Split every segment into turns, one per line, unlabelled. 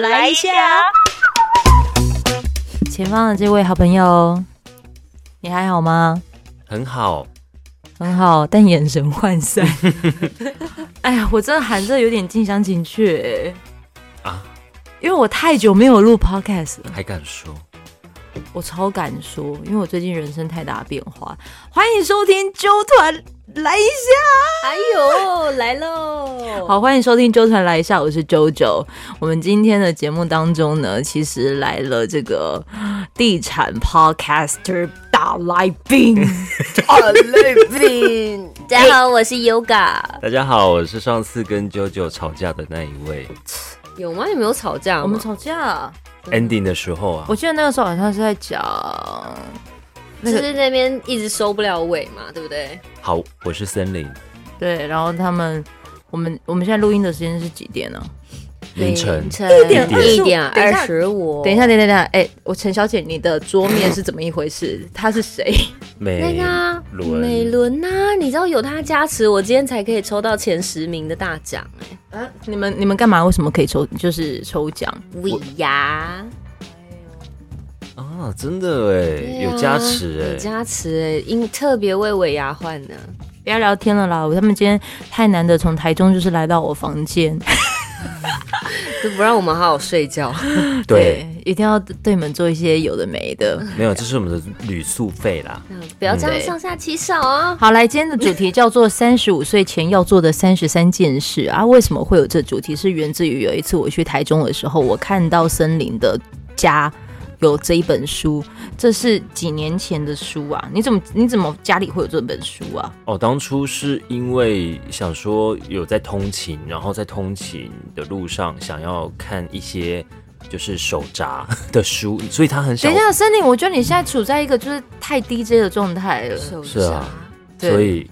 来一下。
前方的这位好朋友，你还好吗？
很好，
很好，但眼神涣散。哎呀，我真的喊这有点近乡情怯、欸、
啊！
因为我太久没有录 podcast 了，
还敢说？
我超敢说，因为我最近人生太大变化。欢迎收听纠团来一下，
哎呦，来喽！
好，欢迎收听《纠团来一下》，我是九九。我们今天的节目当中呢，其实来了这个地产 podcaster 大来宾，
大来宾。
嗯大家好，我是 Yoga。
大家好，我是上次跟啾啾吵架的那一位
有吗？你没有吵架吗？
我们吵架，
，ending 的时候啊
我，记得那个时候好像是在讲那
就
个
是那边一直收不了尾嘛，对不对？
好，我是森林
对，然后他们我们我们现在录音的时间是几点呢、
凌晨
凌，晨
点
一
25
点
等一
二
下
十五。
等一下，，等一下，等一下，哎、我陈小姐，你的桌面是怎么一回事？她是谁？
那
美
个啊
伦
美伦呐，你知道有他加持，我今天才可以抽到前十名的大奖哎。
啊，你们你们干嘛？为什么可以抽？就是抽奖？
尾牙
啊，真的哎，
对啊
有加持
有
哎，
加持哎，因特别为尾牙换的。
不要聊天了啦！我他们今天太难得从台中就是来到我房间，
就不让我们好好睡 觉，
对，，
一定要对你们做一些有的没的。
没有，这是我们的旅宿费啦。
嗯不要这样
对
上下其手啊！
好，来，今天的主题叫做三十五岁前要做的三十三件事啊。为什么会有这主题？是源自于有一次我去台中的时候，我看到森林的家有这一本书，这是几年前的书啊。你怎么你怎么家里会有这本书啊？
哦，当初是因为想说有在通勤，然后在通勤的路上想要看一些就是手札的书，所以它很小
等一，下，森林，我觉得你现在处在一个就是太 DJ 的状态了。
手
是啊
刹
对
所以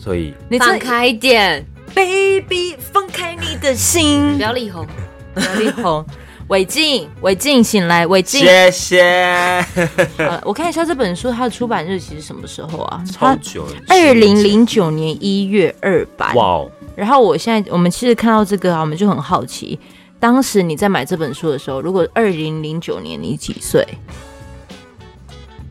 所以
你
放
这
开一点，
，baby，放开你的心
不。要力宏。
刘力宏，韦静，韦静醒来，韦静。
谢谢，
呃，我看一下这本书它的出版日期是什么时候啊？
超
它
久了，
二零零九年一月二版。
哇哦，
然后我现在我们其实看到这个啊，我们就很好奇，当时你在买这本书的时候，如果二零零九年你几岁？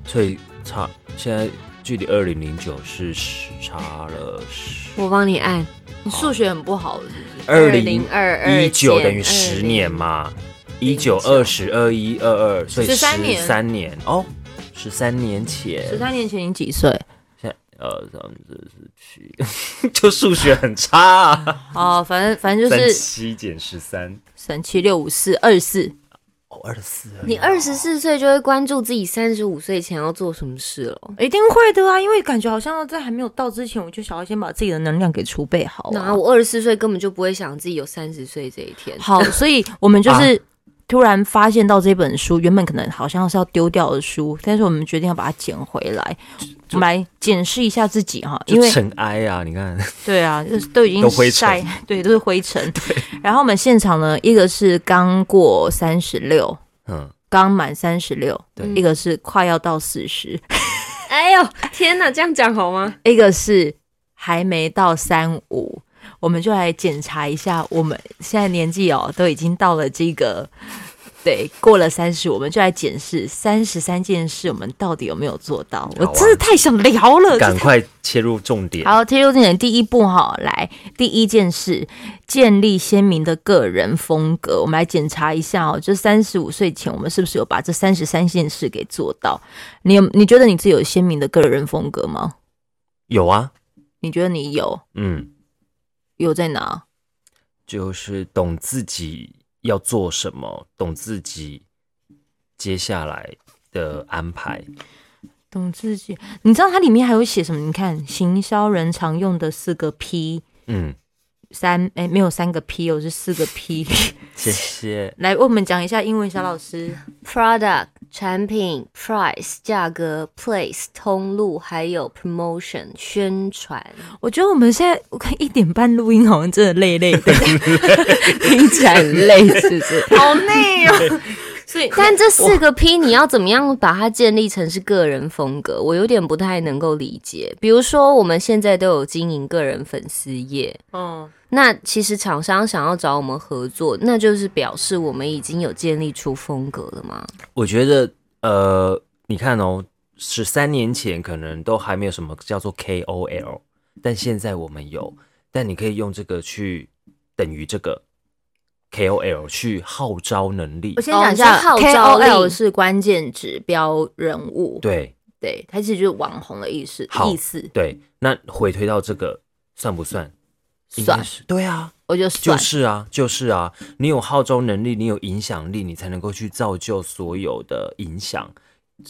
所以差现在距离二零零九是十差了十
我帮你按
你数学很不好是不是？
二零
二二
一九等于十年嘛，一九二十二一二二，所以
13年
三年哦，十三年前，
十三年前你几岁？
现在呃三四十七， 就数学很差、啊，
哦，反正反正就
三
是
七减十三，
三七六五四二四。
哦二十四，
你二十四岁就会关注自己三十五岁前要做什么事了。
一定会的啊，因为感觉好像在还没有到之前，我就想要先把自己的能量给储备
啊
好、啊
那我二十四岁根本就不会想自己有三十岁这一天。
好，所以我们
啊
就是突然发现到这本书，原本可能好像是要丢掉的书，但是我们决定要把它捡回来。我们来检视一下自己哈，因
就
为
尘埃啊，你看，
对啊，就是都已经
都灰尘
晒，对，都是灰 尘。然后我们现场呢，一个是刚过三十六，
嗯，
刚满三十六，
对
一个是快要到四十，
哎呦，天哪，这样讲好吗？
一个是还没到三五。我们就来检查一下，我们现在年纪哦，都已经到了这个，对，过了三十，我们就来检视三十三件事，我们到底有没有做到？我
好啊
真的太想聊了，
赶快切入重点，
好，切入重点，第一步哈，来，第一件事，建立鲜明的个人风格。我们来检查一下哦，就三十五岁前，我们是不是有把这三十三件事给做到？你有你觉得你自己有鲜明的个人风格吗？
有啊，
你觉得你有
嗯，
有在哪？
就是懂自己要做什么，懂自己接下来的安排。
懂自己，你知道它里面还有写什么？你看，行销人常用的四个 P，
嗯，
三哎没有三个 P 哦，是四个 P。
谢谢。
来，为我们讲一下英文小老师。
Product 产品、Price 价格、Place 通路，还有 Promotion 宣传。
我觉得我们现在我看一点半录音，好像 真的累累的，听起来很累，是不是？
好累哦！
所以
但这四个 P 你要怎么样把它建立成是个人风格？我有点不太能够理解。比如说，我们现在都有经营个人粉丝页，
嗯，
那其实厂商想要找我们合作，那就是表示我们已经有建立出风格了吗？
我觉得，呃，你看哦，十三年前可能都还没有什么叫做 KOL，但现在我们有，但你可以用这个去等于这个 KOL 去号召能力
我。先讲一下
哦你说号召力
KOL 是关键指标人物，
对
对，它其实就是网红的意思
好
意思，
对，那回推到这个算不算？应该
算
是对啊，
我就
就
算
是啊，就是啊，你有号召能力，你有影响力，你才能够去造就所有的影响，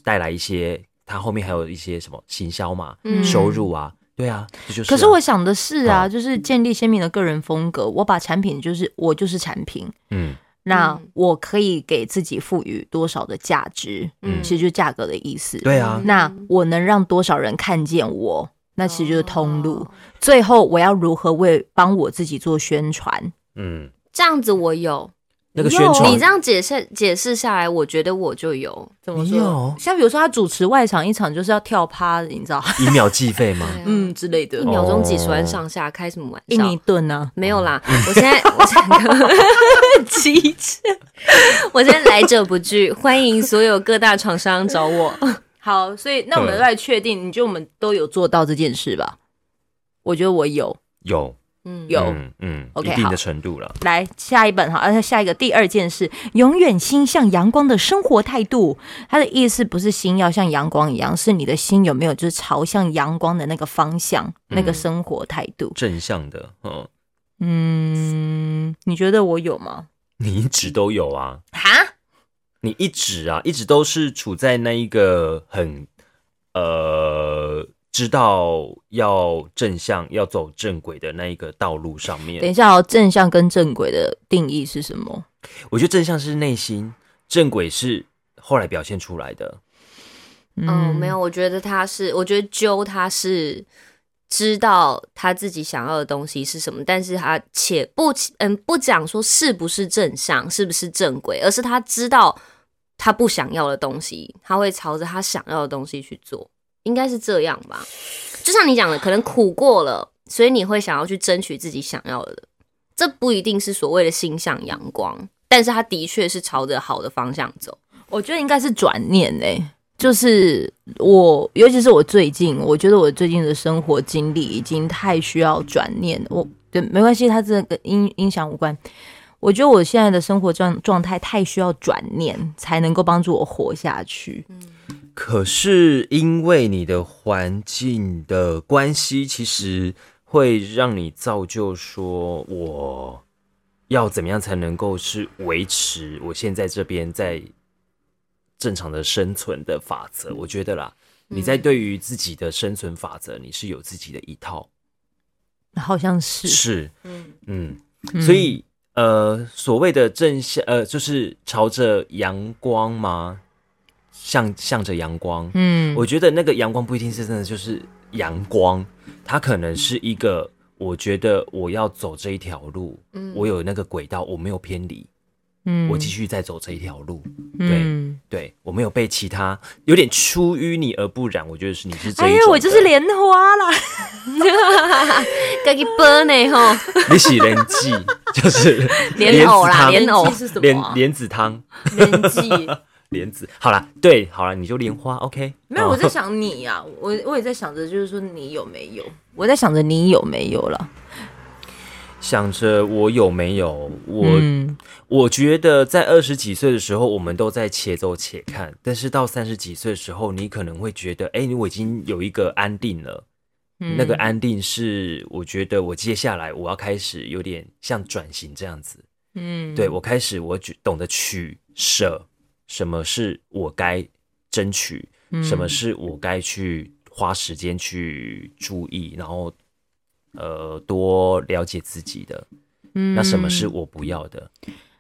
带来一些，它后面还有一些什么行销嘛，
嗯
收入啊，对啊，这就是啊、
可是我想的是啊，
好
就是建立鲜明的个人风格。我把产品就是我就是产品，
嗯
那
嗯
我可以给自己赋予多少的价值，
嗯
其实就是价格的意思。
对啊，
那我能让多少人看见我，那其实就是通路。
哦
最后我要如何为帮我自己做宣传？
嗯，
这样子我有，
那个宣传，
你这样解释解释下来，我觉得我就有。
怎
么说你有
像比如说他主持外场一场就是要跳趴，你知道，
以秒计费吗？
嗯哎之类的
啊一，秒钟几十万上下，开什么玩
印尼
笑？
盾呢、
没有啦，我现在我现在 机智，我现在来者不拒，欢迎所有各大厂商找我。
好，所以那我们
嗯
来确定，你觉得我们都有做到这件事吧？我觉得我有。
有
嗯，
有
嗯嗯
OK，
一定
好
的程度了。
来下一本哈，而且下一个第二件事，永远心向阳光的生活态度。它的意思不是心要像阳光一样，是你的心有没有就是朝向阳光的那个方向，那个生活态度。
正向的，嗯，
嗯，你觉得我有吗？
你一直都有啊，
哈，
你一直啊，一直都是处在那一个很呃，知道要正向、要走正轨的那一个道路上
等一
面。
下哦，正向跟正轨的定义是什么？
我觉得正向是内心，正轨是后来表现出来的。
嗯，没有，我觉得他是，我觉得揪他是知道他自己想要的东西是什么，但是他且不嗯不讲说是不是正向，是不是正轨，而是他知道他不想要的东西，他会朝着他想要的东西去做，应该是这样吧？就像你讲的，可能苦过了，所以你会想要去争取自己想要的，这不一定是所谓的心向阳光，但是他的确是朝着好的方向走。
我觉得应该是转念嘞、就是我，尤其是我最近，我觉得我最近的生活经历已经太需要转念了。我对，没关系，它这个音音响无关。我觉得我现在的生活状状态太需要转念，才能够帮助我活下去。
可是因为你的环境的关系，其实会让你造就说我要怎么样才能够是维持我现在这边在正常的生存的法则。我觉得啦，你在对于自己的生存法则，你是有自己的一套，
好像是，
是，嗯
嗯
所以呃，所谓的正向，呃，就是朝着阳光吗？向向着阳光，
嗯，
我觉得那个阳光不一定是真的就是阳光，它可能是一个，我觉得我要走这一条路，我有那个轨道，我没有偏离，
嗯
我继续在走这一条路，对
嗯
对我没有被其他有点出淤泥而不染，我觉得是你是这
哎
一
呀
种，的，
我就是莲花啦，
该给波呢吼，
你洗人 记，就是
莲藕啦，
莲
莲
子
藕
莲是
汤
什么
莲
啊？
莲子汤，
莲 记。
莲子好啦，对，好啦，你就莲花，OK，
没有，我
哦
在想你呀、我我也在想着，就是说你有没有？我在想着你有没有了。
想着我有没有我。
嗯
我觉得在二十几岁的时候，我们都在且走且看，但是到三十几岁的时候，你可能会觉得，哎、我已经有一个安定了。
嗯
那个安定是，我觉得我接下来我要开始有点像转型这样子。
嗯
对我开始我觉懂得取舍，什么是我该争取，
嗯
什么是我该去花时间去注意，然后呃多了解自己的。
嗯
那什么是我不要的？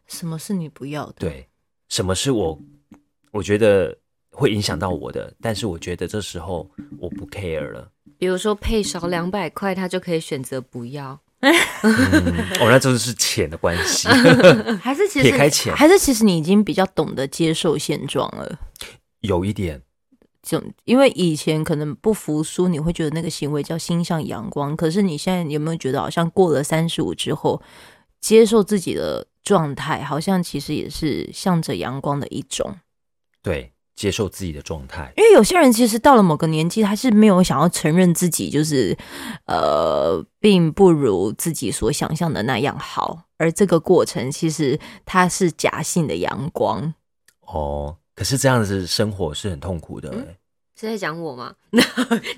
什么是你不要的？
对，什么是我我觉得会影响到我的，但是我觉得这时候我不 care 了。
比如说配少两百块，他就可以选择不要。
哦，那就是钱的关系。
还是其
撇开钱
还是其实你已经比较懂得接受现状了。
有一点，
就因为以前可能不服输，你会觉得那个行为叫心向阳光。可是你现在有没有觉得，好像过了三十五之后，接受自己的状态，好像其实也是向着阳光的一种。
对，接受自己的状态。
因为有些人其实到了某个年纪，他是没有想要承认自己就是呃，并不如自己所想象的那样好，而这个过程其实它是假性的阳光。
哦，可是这样子生活是很痛苦的、
嗯
欸。
是在讲我吗？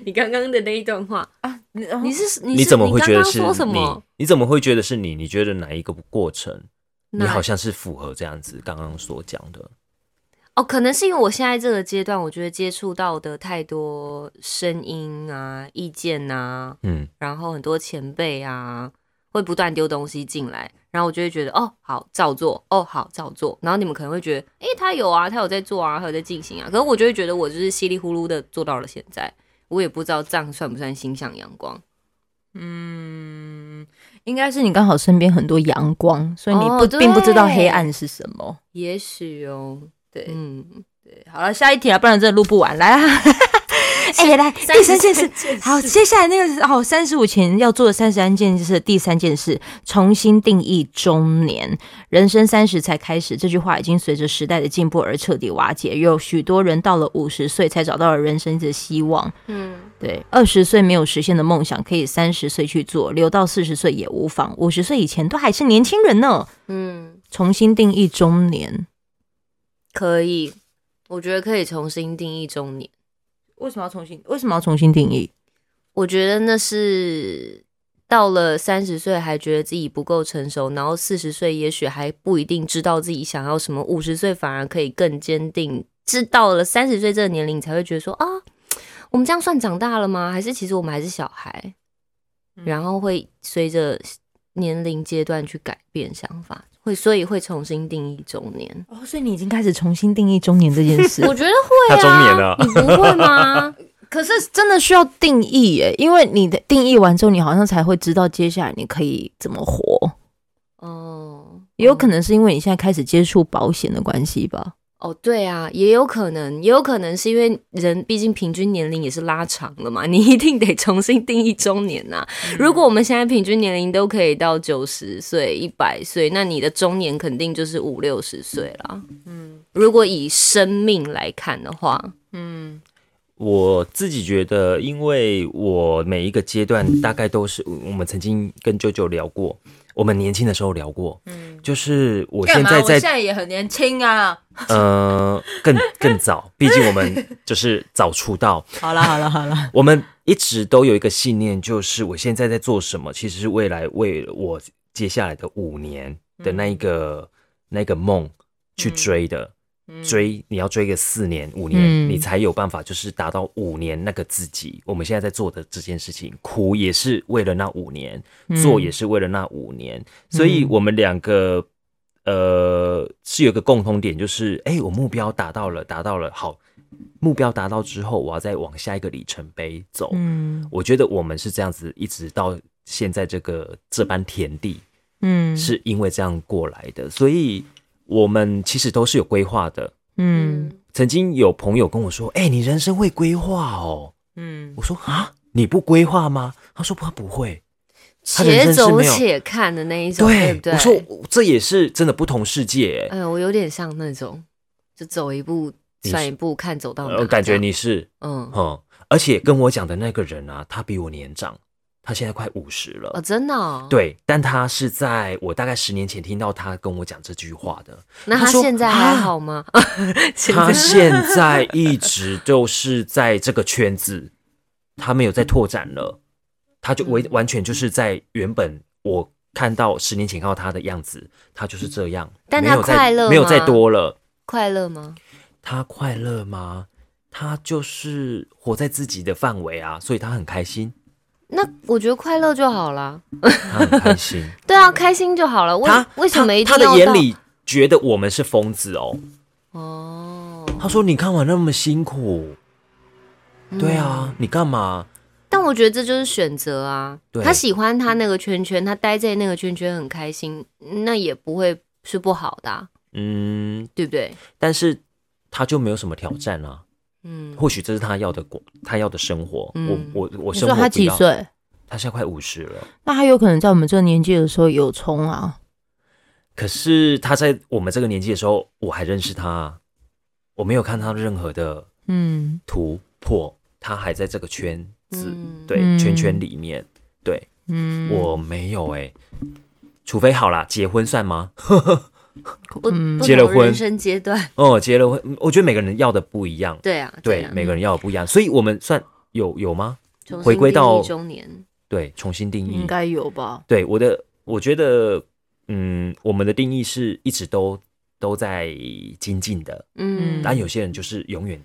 你刚刚的那一段话，
啊哦
你是你是
你怎么会觉得
你
是
刚刚说什
你
么？？
你怎么会觉得是你？你觉得哪一个过程，你
哪
好像是符合这样子刚刚所讲的？
哦，可能是因为我现在这个阶段，我觉得接触到的太多声音啊、意见啊，
嗯，
然后很多前辈啊会不断丢东西进来，然后我就会觉得哦好照做，哦好照做，然后你们可能会觉得，诶，他有啊，他有在做啊，他有在进行啊，可是我就会觉得我就是稀里糊涂的做到了现在，我也不知道这样算不算心向阳光，
嗯，应该是你刚好身边很多阳光，所以你
哦
不、
对
并不知道黑暗是什么。
也许哦，对，嗯，
好了，下一题啊，不然真的录不完。来啊， 哎、来第 三件事。 好，接下来那个是哦，三十五前要做的三十三件事，第三件事，重新定义中年。人生三十才开始，这句话已经随着时代的进步而彻底瓦解。有许多人到了五十岁才找到了人生的希望。
嗯，
对，二十岁没有实现的梦想，可以三十岁去做，留到四十岁也无妨。五十岁以前都还是年轻人呢。
嗯，
重新定义中年，
可以，我觉得可以重新定义中年。
为什么要重新？为什么要重新定义？
我觉得那是到了三十岁还觉得自己不够成熟，然后四十岁也许还不一定知道自己想要什么，五十岁反而可以更坚定。是到了三十岁这个年龄，才会觉得说啊，我们这样算长大了吗？还是其实我们还是小孩？
嗯
然后会随着年龄阶段去改变想法，会所以会重新定义中年。
哦，所以你已经开始重新定义中年这件事。
我觉得会啊，
他中年了
你不会吗？
可是真的需要定义耶，因为你的定义完之后，你好像才会知道接下来你可以怎么活。
哦，
也有可能是因为你现在开始接触保险的关系吧。
哦，对啊，也有可能，也有可能是因为人毕竟平均年龄也是拉长了嘛，你 一定得重新定义中年呐、
嗯
如果我们现在平均年龄都可以到九十岁、一百岁，那你的中年肯定就是五六十岁啦。嗯，如果以生命来看的话，
嗯，
我自己觉得，因为我每一个阶段大概都是我们曾经跟舅舅聊过，我们年轻的时候聊过，嗯，就是我现在在
在也很年轻啊。
呃更更早，毕竟我们就是早出道，
好了好了好了，
我们一直都有一个信念，就是我现在在做什么，其实是未来为我接下来的五年的那一个、那个梦去追的。追你要追个四年五年，
嗯
你才有办法就是达到五年那个自己。我们现在在做的这件事情，苦也是为了那五年，做也是为了那五年。所以我们两个呃是有一个共同点，就是哎、诶我目标达到了，达到了，好，目标达到之后，我要再往下一个里程碑走。
嗯
我觉得我们是这样子，一直到现在这个这般田地，
嗯
是因为这样过来的，所以我们其实都是有规划的。
嗯
曾经有朋友跟我说：“哎、你人生会规划哦。
嗯”
我说：“啊，你不规划吗？”他说：“不，他不会。他人
且
生是
走
没有
且看的那一种，
对
对不对？
我说我这也是真的不同世界、
哎呦，我有点像那种，就走一步
你
算
是
一步，看走到哪。
我呃感
这
觉
样，
你是，
嗯，
嗯，而且跟我讲的那个人啊，他比我年长，他现在快五十了。
哦，真的、哦，，
对，但他是在我大概十年前听到他跟我讲这句话的。
那
他
他
说啊
现在还好吗？ 现
他
在
现在一直就是在这个圈子，他没有在拓展了，他就
嗯
完完全就是在原本我看到十年前看到他的样子，他就是这样，
但
没
他
有再
快乐
没有再
吗
多了。
快乐吗？
他快乐吗？他就是活在自己的范围啊，所以他很开心，
那我觉得快乐就好了。
他很开心。
对啊，开心就好了。 为
他
为什么一定
他
要
他的眼
到
里觉得我们是疯子哦？
哦？
嗯
他说：“你干嘛那么辛苦？”对啊，你干嘛？
但但我觉得这就是选择啊
对。
他喜欢他那个圈圈，他待在那个圈圈很开心，那也不会是不好的啊、
嗯，
对不对？
但是他就没有什么挑战啦、
嗯，
或许这是他要的过，他要的生活。
嗯
我我我
你
生
说
活
他
不
几
要？
岁？
他现在快五十了，
那他有可能在我们这个年纪的时候有冲啊。
可是他在我们这个年纪的时候，我还认识他，我没有看他任何的
嗯，
突破，他还在这个圈子，
嗯
对、
嗯
圈圈里面，对、
嗯，
我没有哎、除非好啦，结婚算吗？
不
嗯
不
结了
同
婚
人生阶段，
哦，结了婚，我觉得每个人要的不一样，
对啊，
对，
啊
每个人要的不一样，所以我们算有有吗？
重新
回归
定义
到
中年，
对，重新定义
应该有吧。
对我的，我觉得，嗯，我们的定义是一直都都在精进的，
嗯，
但有些人就是永远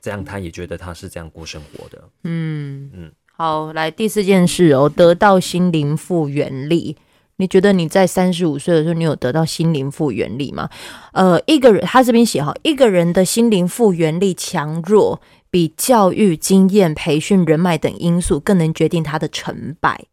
这样，他也觉得他是这样过生活的。
嗯
嗯
嗯，好，来第四件事哦，得到心灵复原力。你觉得你在三十五岁的时候，你有得到心灵复原力吗？呃，一个人他这边写哈，一个人的心灵复原力强弱，比教育、经验、培训、人脉等因素更能决定他的成败。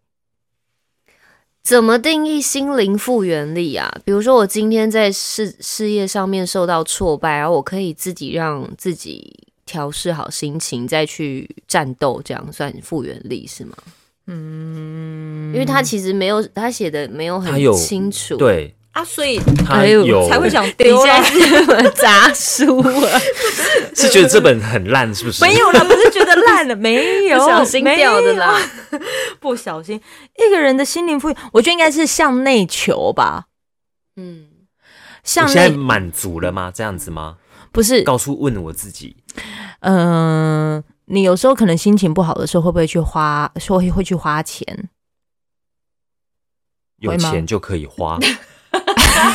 怎么定义心灵复原力啊？比如说，我今天在事事业上面受到挫败，然后我可以自己让自己调试好心情，再去战斗，这样算复原力是吗？嗯，因为他其实没有他写的没有
他有
很清楚，，
对
啊，所以
他
哎呦
有、
才会想
你
丢
现
啦
在。是什么杂书啊？
是觉得这本很烂，是不是？
没有啦，不是觉得烂了，没 有，
不小心掉的啦，
没有，不小心。
一个人的心灵复原，我觉得应该是向内求吧，
嗯，
向
我现在
内
满足了吗？这样子吗？
不是
告诉问我自己，
嗯，你有时候可能心情不好的时候，会不会去花，说会会去花钱？
有
会吗
钱就可以花，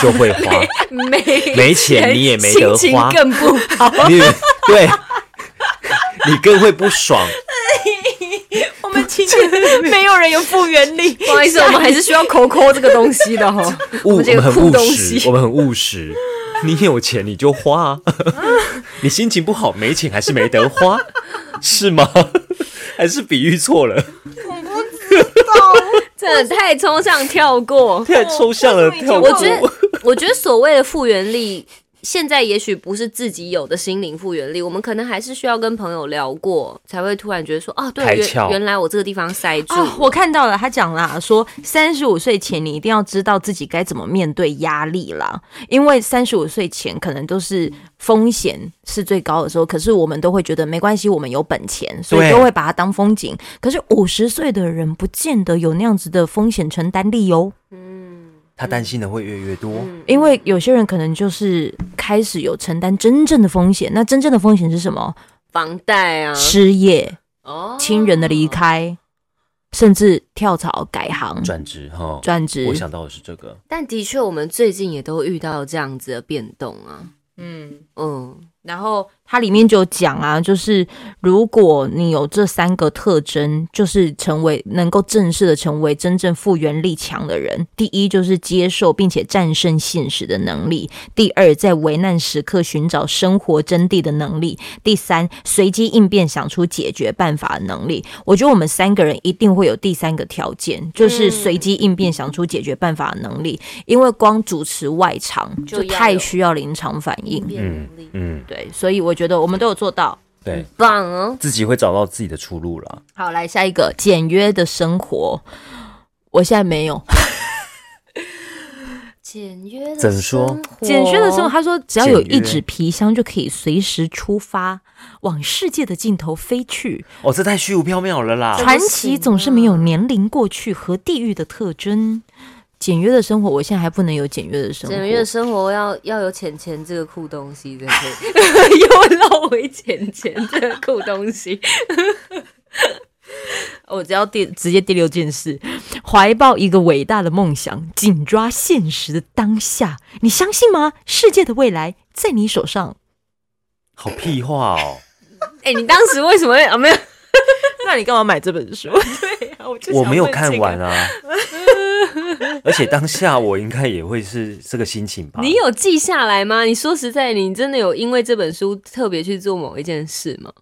就会花，
没
没钱你也没得
心情
花，
更不好。
你对，你更会不爽。
我们今天没有人有复原力，
不好意思，我们还是需要抠抠这个东西的 哈。
务，我
们这个
们很
酷
务
东
实，
西
我们很务实。你有钱你 就花、啊，你心情不好没钱还是没得花， 是吗？还是比喻错了？
真的太抽象跳过。
太抽象了，
为什么
跳
以前
过
我觉得，我觉得所谓的复原力，现在也许不是自己有的心灵复原力，我们可能还是需要跟朋友聊过，才会突然觉得说，哦，对，
开窍哦
原原来我这个地方塞住。
啊、我看到了，他讲啦，说三十五岁前你一定要知道自己该怎么面对压力啦，因为三十五岁前可能都是风险是最高的时候，可是我们都会觉得没关系，我们有本钱，所以
对
都会把它当风景。可是五十岁的人不见得有那样子的风险承担力哦，
嗯，
他担心的会越来越多。
因为有些人可能就是开始有承担真正的风险，那真正的风险是什么？
房贷
嗯
啊，
失业、
哦
亲人的离，开，甚至跳槽、改行、
转职哈，
转职
我。想到的是这个，
但的确，我们最近也都遇到这样子的变动啊。
嗯，
嗯，
然后它里面就有讲啊，就是如果你有这三个特征，就是成为能够正式的成为真正复原力强的人。第一就是接受并且战胜现实的能力；第二，在危难时刻寻找生活真谛的能力；第三，随机应变想出解决办法的能力。我觉得我们三个人一定会有第三个条件，就是随机应变想出解决办法的能力，因为光主持外场
就
就
要
太
有
需要临场反应。
变
嗯
能力，
嗯，
对，所以我觉得我们都有做到。
对
棒哦。
自己会找到自己的出路了。
好，来下一个简约的生活。我现在没有
简约的
怎说
生活
简约的生活，他说只要
简
有
约
一纸皮箱就可以随时出发，往世界的尽头飞去。
哦，这太虚无缥缈了啦。
传奇总是没有年龄、过去和地域的特征。简约的生活，我现在还不能有简约的生活。
简约的生活要要有钱钱这个酷东西，对不 对？又绕回钱钱这个酷东西，
哦我只要第直接第六件事，怀抱一个伟大的梦想，紧抓现实的当下。你相信吗？世界的未来在你手上。
好屁话哦！
哎、你当时为什么会啊？没有，
那你干嘛买这本书？
我没有看完啊，而且当下我应该也会是这个心情吧。
你有记下来吗？你说实在，你真的有因为这本书特别去做某一件事吗？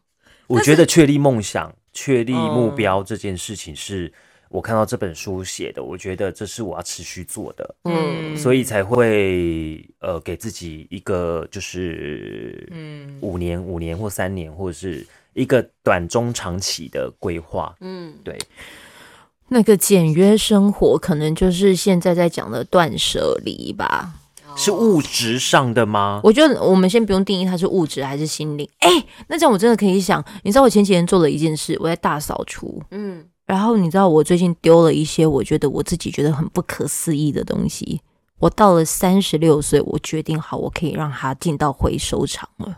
我觉得确立梦想确立目标这件事情是我看到这本书写的，我觉得这是我要持续做的，
嗯
所以才会呃给自己一个就是
嗯
五年、五年或三年，或者是一个短中长期的规划。
嗯，
对，
那个简约生活，可能就是现在在讲的断舍离吧。
是
哦
嗯物质上的吗？
我觉得我们先不用定义它是物质还是心灵。哎、那这样我真的可以想，你知道我前几天做了一件事，我在大扫除，
嗯，
然后你知道我最近丢了一些我觉得我自己觉得很不可思议的东西。我到了三十六岁，我决定好，我可以让它进到回收场了。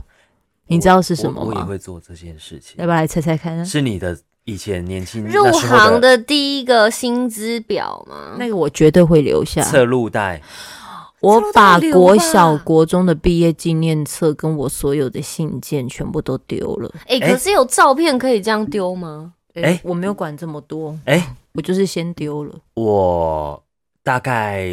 你知道是什么
我我也
吗？
会做这件事情
要。不要来猜猜看啊？
是你的以前年轻
入
那时候
行
的
的第一个薪资表嘛，
那个我绝对会留下。
侧录带，
我
这么大
把
流
国
吧
小、国中的毕业纪念册跟我所有的信件全部都丢了。
哎、
哎
可是有照片可以这样丢吗？
哎
哎
我没有管这么多，
哎、
我就是先丢了。
我大概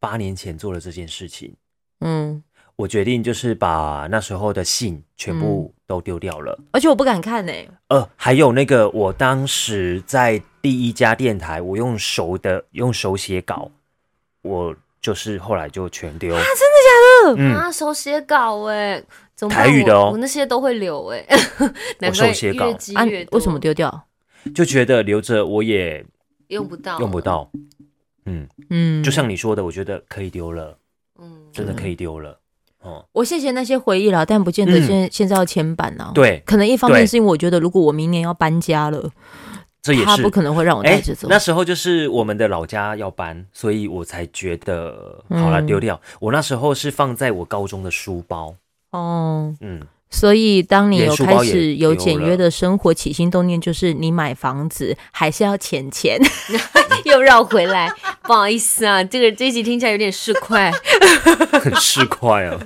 八年前做了这件事情。
嗯，
我决定就是把那时候的信全部都丢掉了。
而且我不敢看呢、
呃，还有那个，我当时在第一家电台，我用手的用手写稿，我就是后来就全丢。啊，真的假的？嗯，
啊，手写稿哎、怎么办
台语的哦
我我那些都会留哎、 难
我
怪
手写稿
越积
啊
越，多
为什么丢掉？
就觉得留着我也
用不到？
用不，到。嗯，
嗯，
就像你说的，我觉得可以丢了，
嗯，
真的可以丢了。哦，
我谢谢那些回忆啦，但不见得
嗯
现、现在要签版啊。，
对，
可能一方面
对
是因为我觉得，如果我明年要搬家了，
这也
他
是
不可能会让我带
哎
着走。
那时候就是我们的老家要搬，所以我才觉得好了
嗯
丢掉。我那时候是放在我高中的书包，
哦，
嗯，
所以当你
连
有
书
开
包也
始有
丢
简约
了
的生活，起心动念就是你买房子还是要钱钱。
又绕回来，不好意思啊，这个这一集听起来有点市 侩。
很市侩 啊。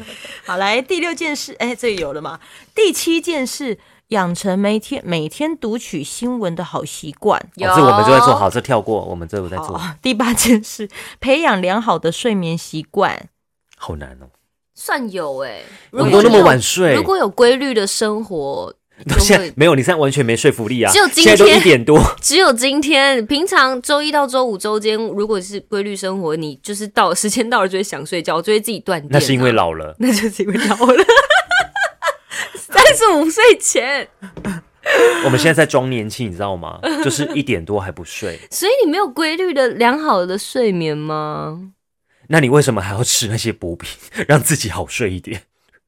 好，来第六件事，哎，这里有了嘛？第七件事，养成每天每天读取新闻的好习惯。
有
哦这我们就会做好，这跳过，我们这不在做，
哦，第八件事，培养良好的睡眠习惯。
好难哦。
算有哎、
我
如
们
果
都那
你
么
有
晚睡，
如果有规律的生活，就
现在
会
没有，你现在完全没说服力啊！
只有今
现在都
天
一 点多，
只有今天，平常周一到周五周间，如果是规律生活，你就是到时间到了就会想睡觉，就会自己断电、
那是因为，老了。
那就是因为老了。三十五岁前，
我们现在在装年轻，你知道吗？就是一点多还不 睡，
所以你没有规律的良好的睡眠吗？
那你为什么还要吃那些补品， 让自己好睡一点？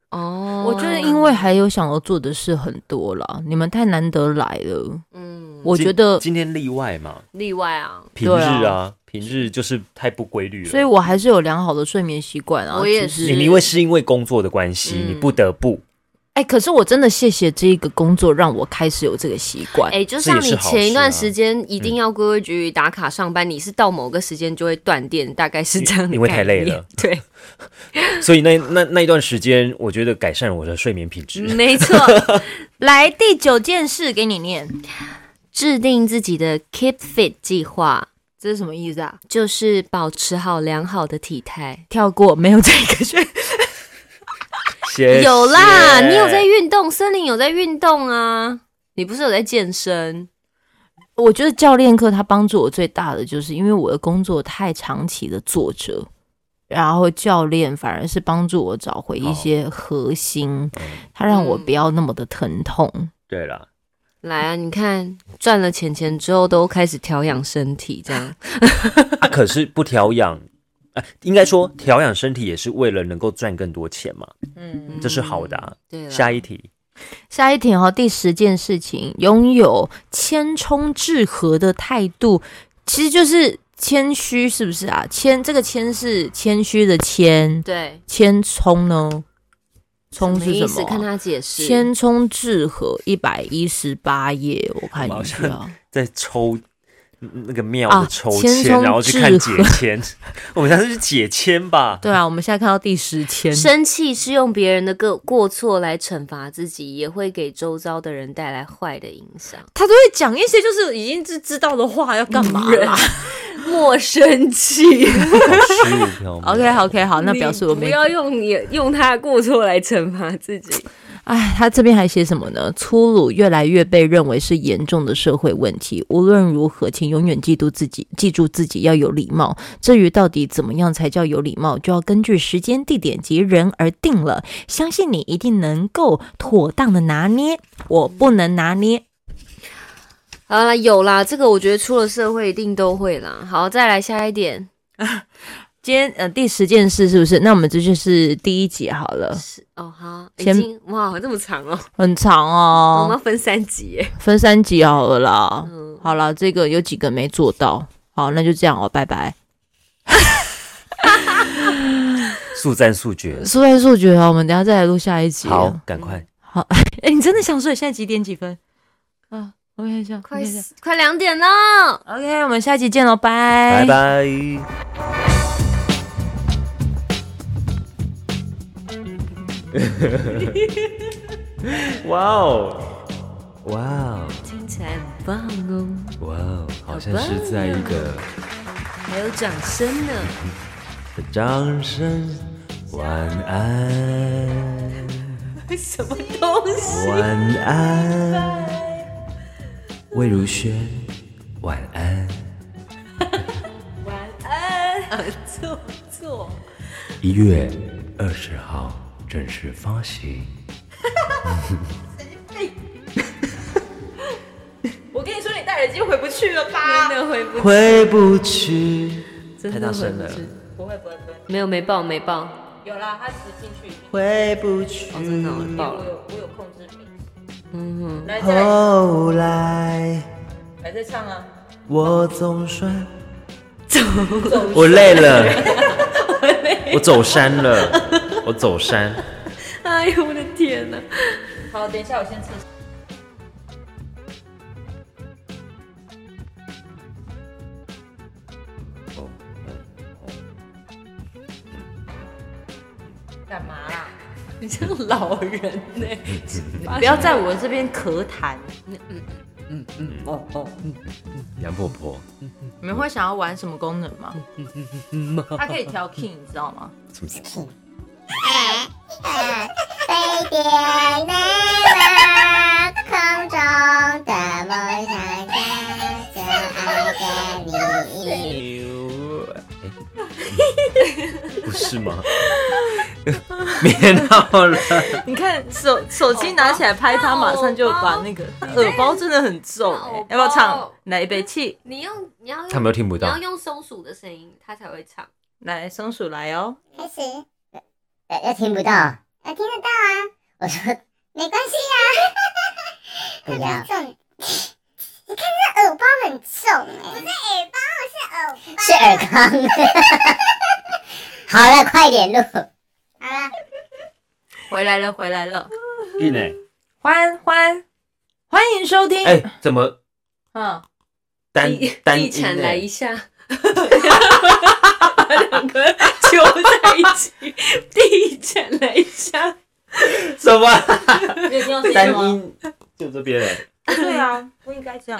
哦，
我觉得，因为还有想要做的事很多啦，你们太难得来了。
嗯，
我
今
觉得，
今天例外嘛，
例外啊，
平日
对
啊，平日就是太不规律了。
所以我还是有良好的睡眠习惯啊。
我也
只
是
你因为是因为工作的关系，
嗯
你不得不
哎、可是我真的谢谢这一个工作，让我开始有这个习惯。
哎、就像
这
你
也是好
前一段
事啊
时间一定要规规矩矩打卡上班，你是到某个时间就会断电，大概是这样的
因为太
概
累
念
了。
对， 嗯
所以那那那一段时间，我觉得改善了我的睡眠品质。
没错，
来，第九件事给你念，
制定自己的 Keep Fit 计划，
这是什么意思啊？
就是保持好良好的体态。
跳过，没有这个选
谢谢
有啦，你有在运动，森林有在运动啊，你不是有在健身？
我觉得教练课它帮助我最大的，就是因为我的工作太长期的坐着，然后教练反而是帮助我找回一些核心，它让
嗯
我不要那么的疼痛。
对啦，
来啊，你看赚了钱钱之后都开始调养身体，这样
啊，可是不调养，哎、应该说调养身体也是为了能够赚更多钱嘛，
嗯，
这是好的、啊。
对啦
下一题，
下一题哈、哦，第十件事情，拥有谦冲致和的态度，其实就是谦虚，是不是啊？谦这个谦是谦虚的谦，
对，
谦冲呢？冲是
意
什
思？
么啊？
看他解释。
千冲至和一百一十八页，我看
我
一
好像
下啊。
在抽嗯那个庙
啊
的抽
千
签，
中
然后去
智
看解
和
签。 我们上次是解签吧？
对啊，我们现在看到第十千，
生气是用别人的个过错来惩罚自己，也会给周遭的人带来坏的影响。
他都会讲一些就是已经是知道的话，要干 嘛
啊
啦
莫生气。
好虚无 缥缈
啊
？OK，OK，好，那
你
表示我
不
没
要用你用他的过错来惩罚自己。
哎，他这边还写什么呢？粗鲁越来越被认为是严重的社会问题。无论如何，请永远记住自己，记住自己要有礼貌。至于到底怎么样才叫有礼貌，就要根据时间、地点及人而定了。相信你一定能够妥当的拿捏，我不能拿捏。
好啦，有啦，这个我觉得出了社会一定都会啦。好，再来下一点，
今天呃第十件事是不是？那我们这就是第一集好了，
是哦，好，已
先
经哇这么长哦，
很长
我
哦，
们要分三集耶。
分三集好了啦。
嗯，
好了，这个有几个没做到，好，那就这样哦，拜拜。
速战速决。
速战速决啊，我们等一下再来录下一集。
好，，赶快，
哎、你真的想睡？现在几点几分？啊，我看一下，我
快
看一下。
死快两点了。
OK，我们下期见喽，
拜拜。哇哦，哇哦，
听起来很棒哦，
哇哦，好像是在一个
还有掌声呢。
掌声，晚安，
什么东 西？
晚安，魏如萱，晚安，
啊做做。
一月二十号正式发行。
我跟你说，你戴耳机回不去了吧？真的回不
回不去，
真的
太大声了
回不，去
不会不会不会，
没有，没爆，没爆。哦，
有啦，他只是进去，
回不去。
真的哦爆
我
了。
有我有控制力。
嗯
来再来
后来
来再唱啊！
我总算走，我累了，我走山了，我走山。
哼，哎呦我的天哪！
好，等一下我先测试。干嘛
啊
啦？
你像老人 呢、
不要在我这边咳痰，
杨婆婆，
你们会想要玩什么功能 吗？它可以调 key，你知道吗？
什么事？
飞碟没了，空中的梦想家，就爱给你。
不是吗？别闹了，
你看手手机拿起来拍它，马上就把那个耳包真的很重、
哦那
欸
我，
要不要唱
包？
来一杯气，
你用你要
他们都听不
你
到
要。用松鼠的声音，他才会唱。
来松鼠来哦。
开始，呃，要听不到，呃，听得到啊。我说没关系 啊，不要重。你看这耳包很重哎、不是耳包，是耳包，是耳光。 好了，快点录。好了，
回来了，回来了，
运呢？
欢欢，欢迎收听。
哎，怎么
嗯，
单
地
单
地
音欸
产
呢
来一下，把两个揪在一起，地产来一下。
什么
你有听到
单音？就这边了。
对啊，不应该这样。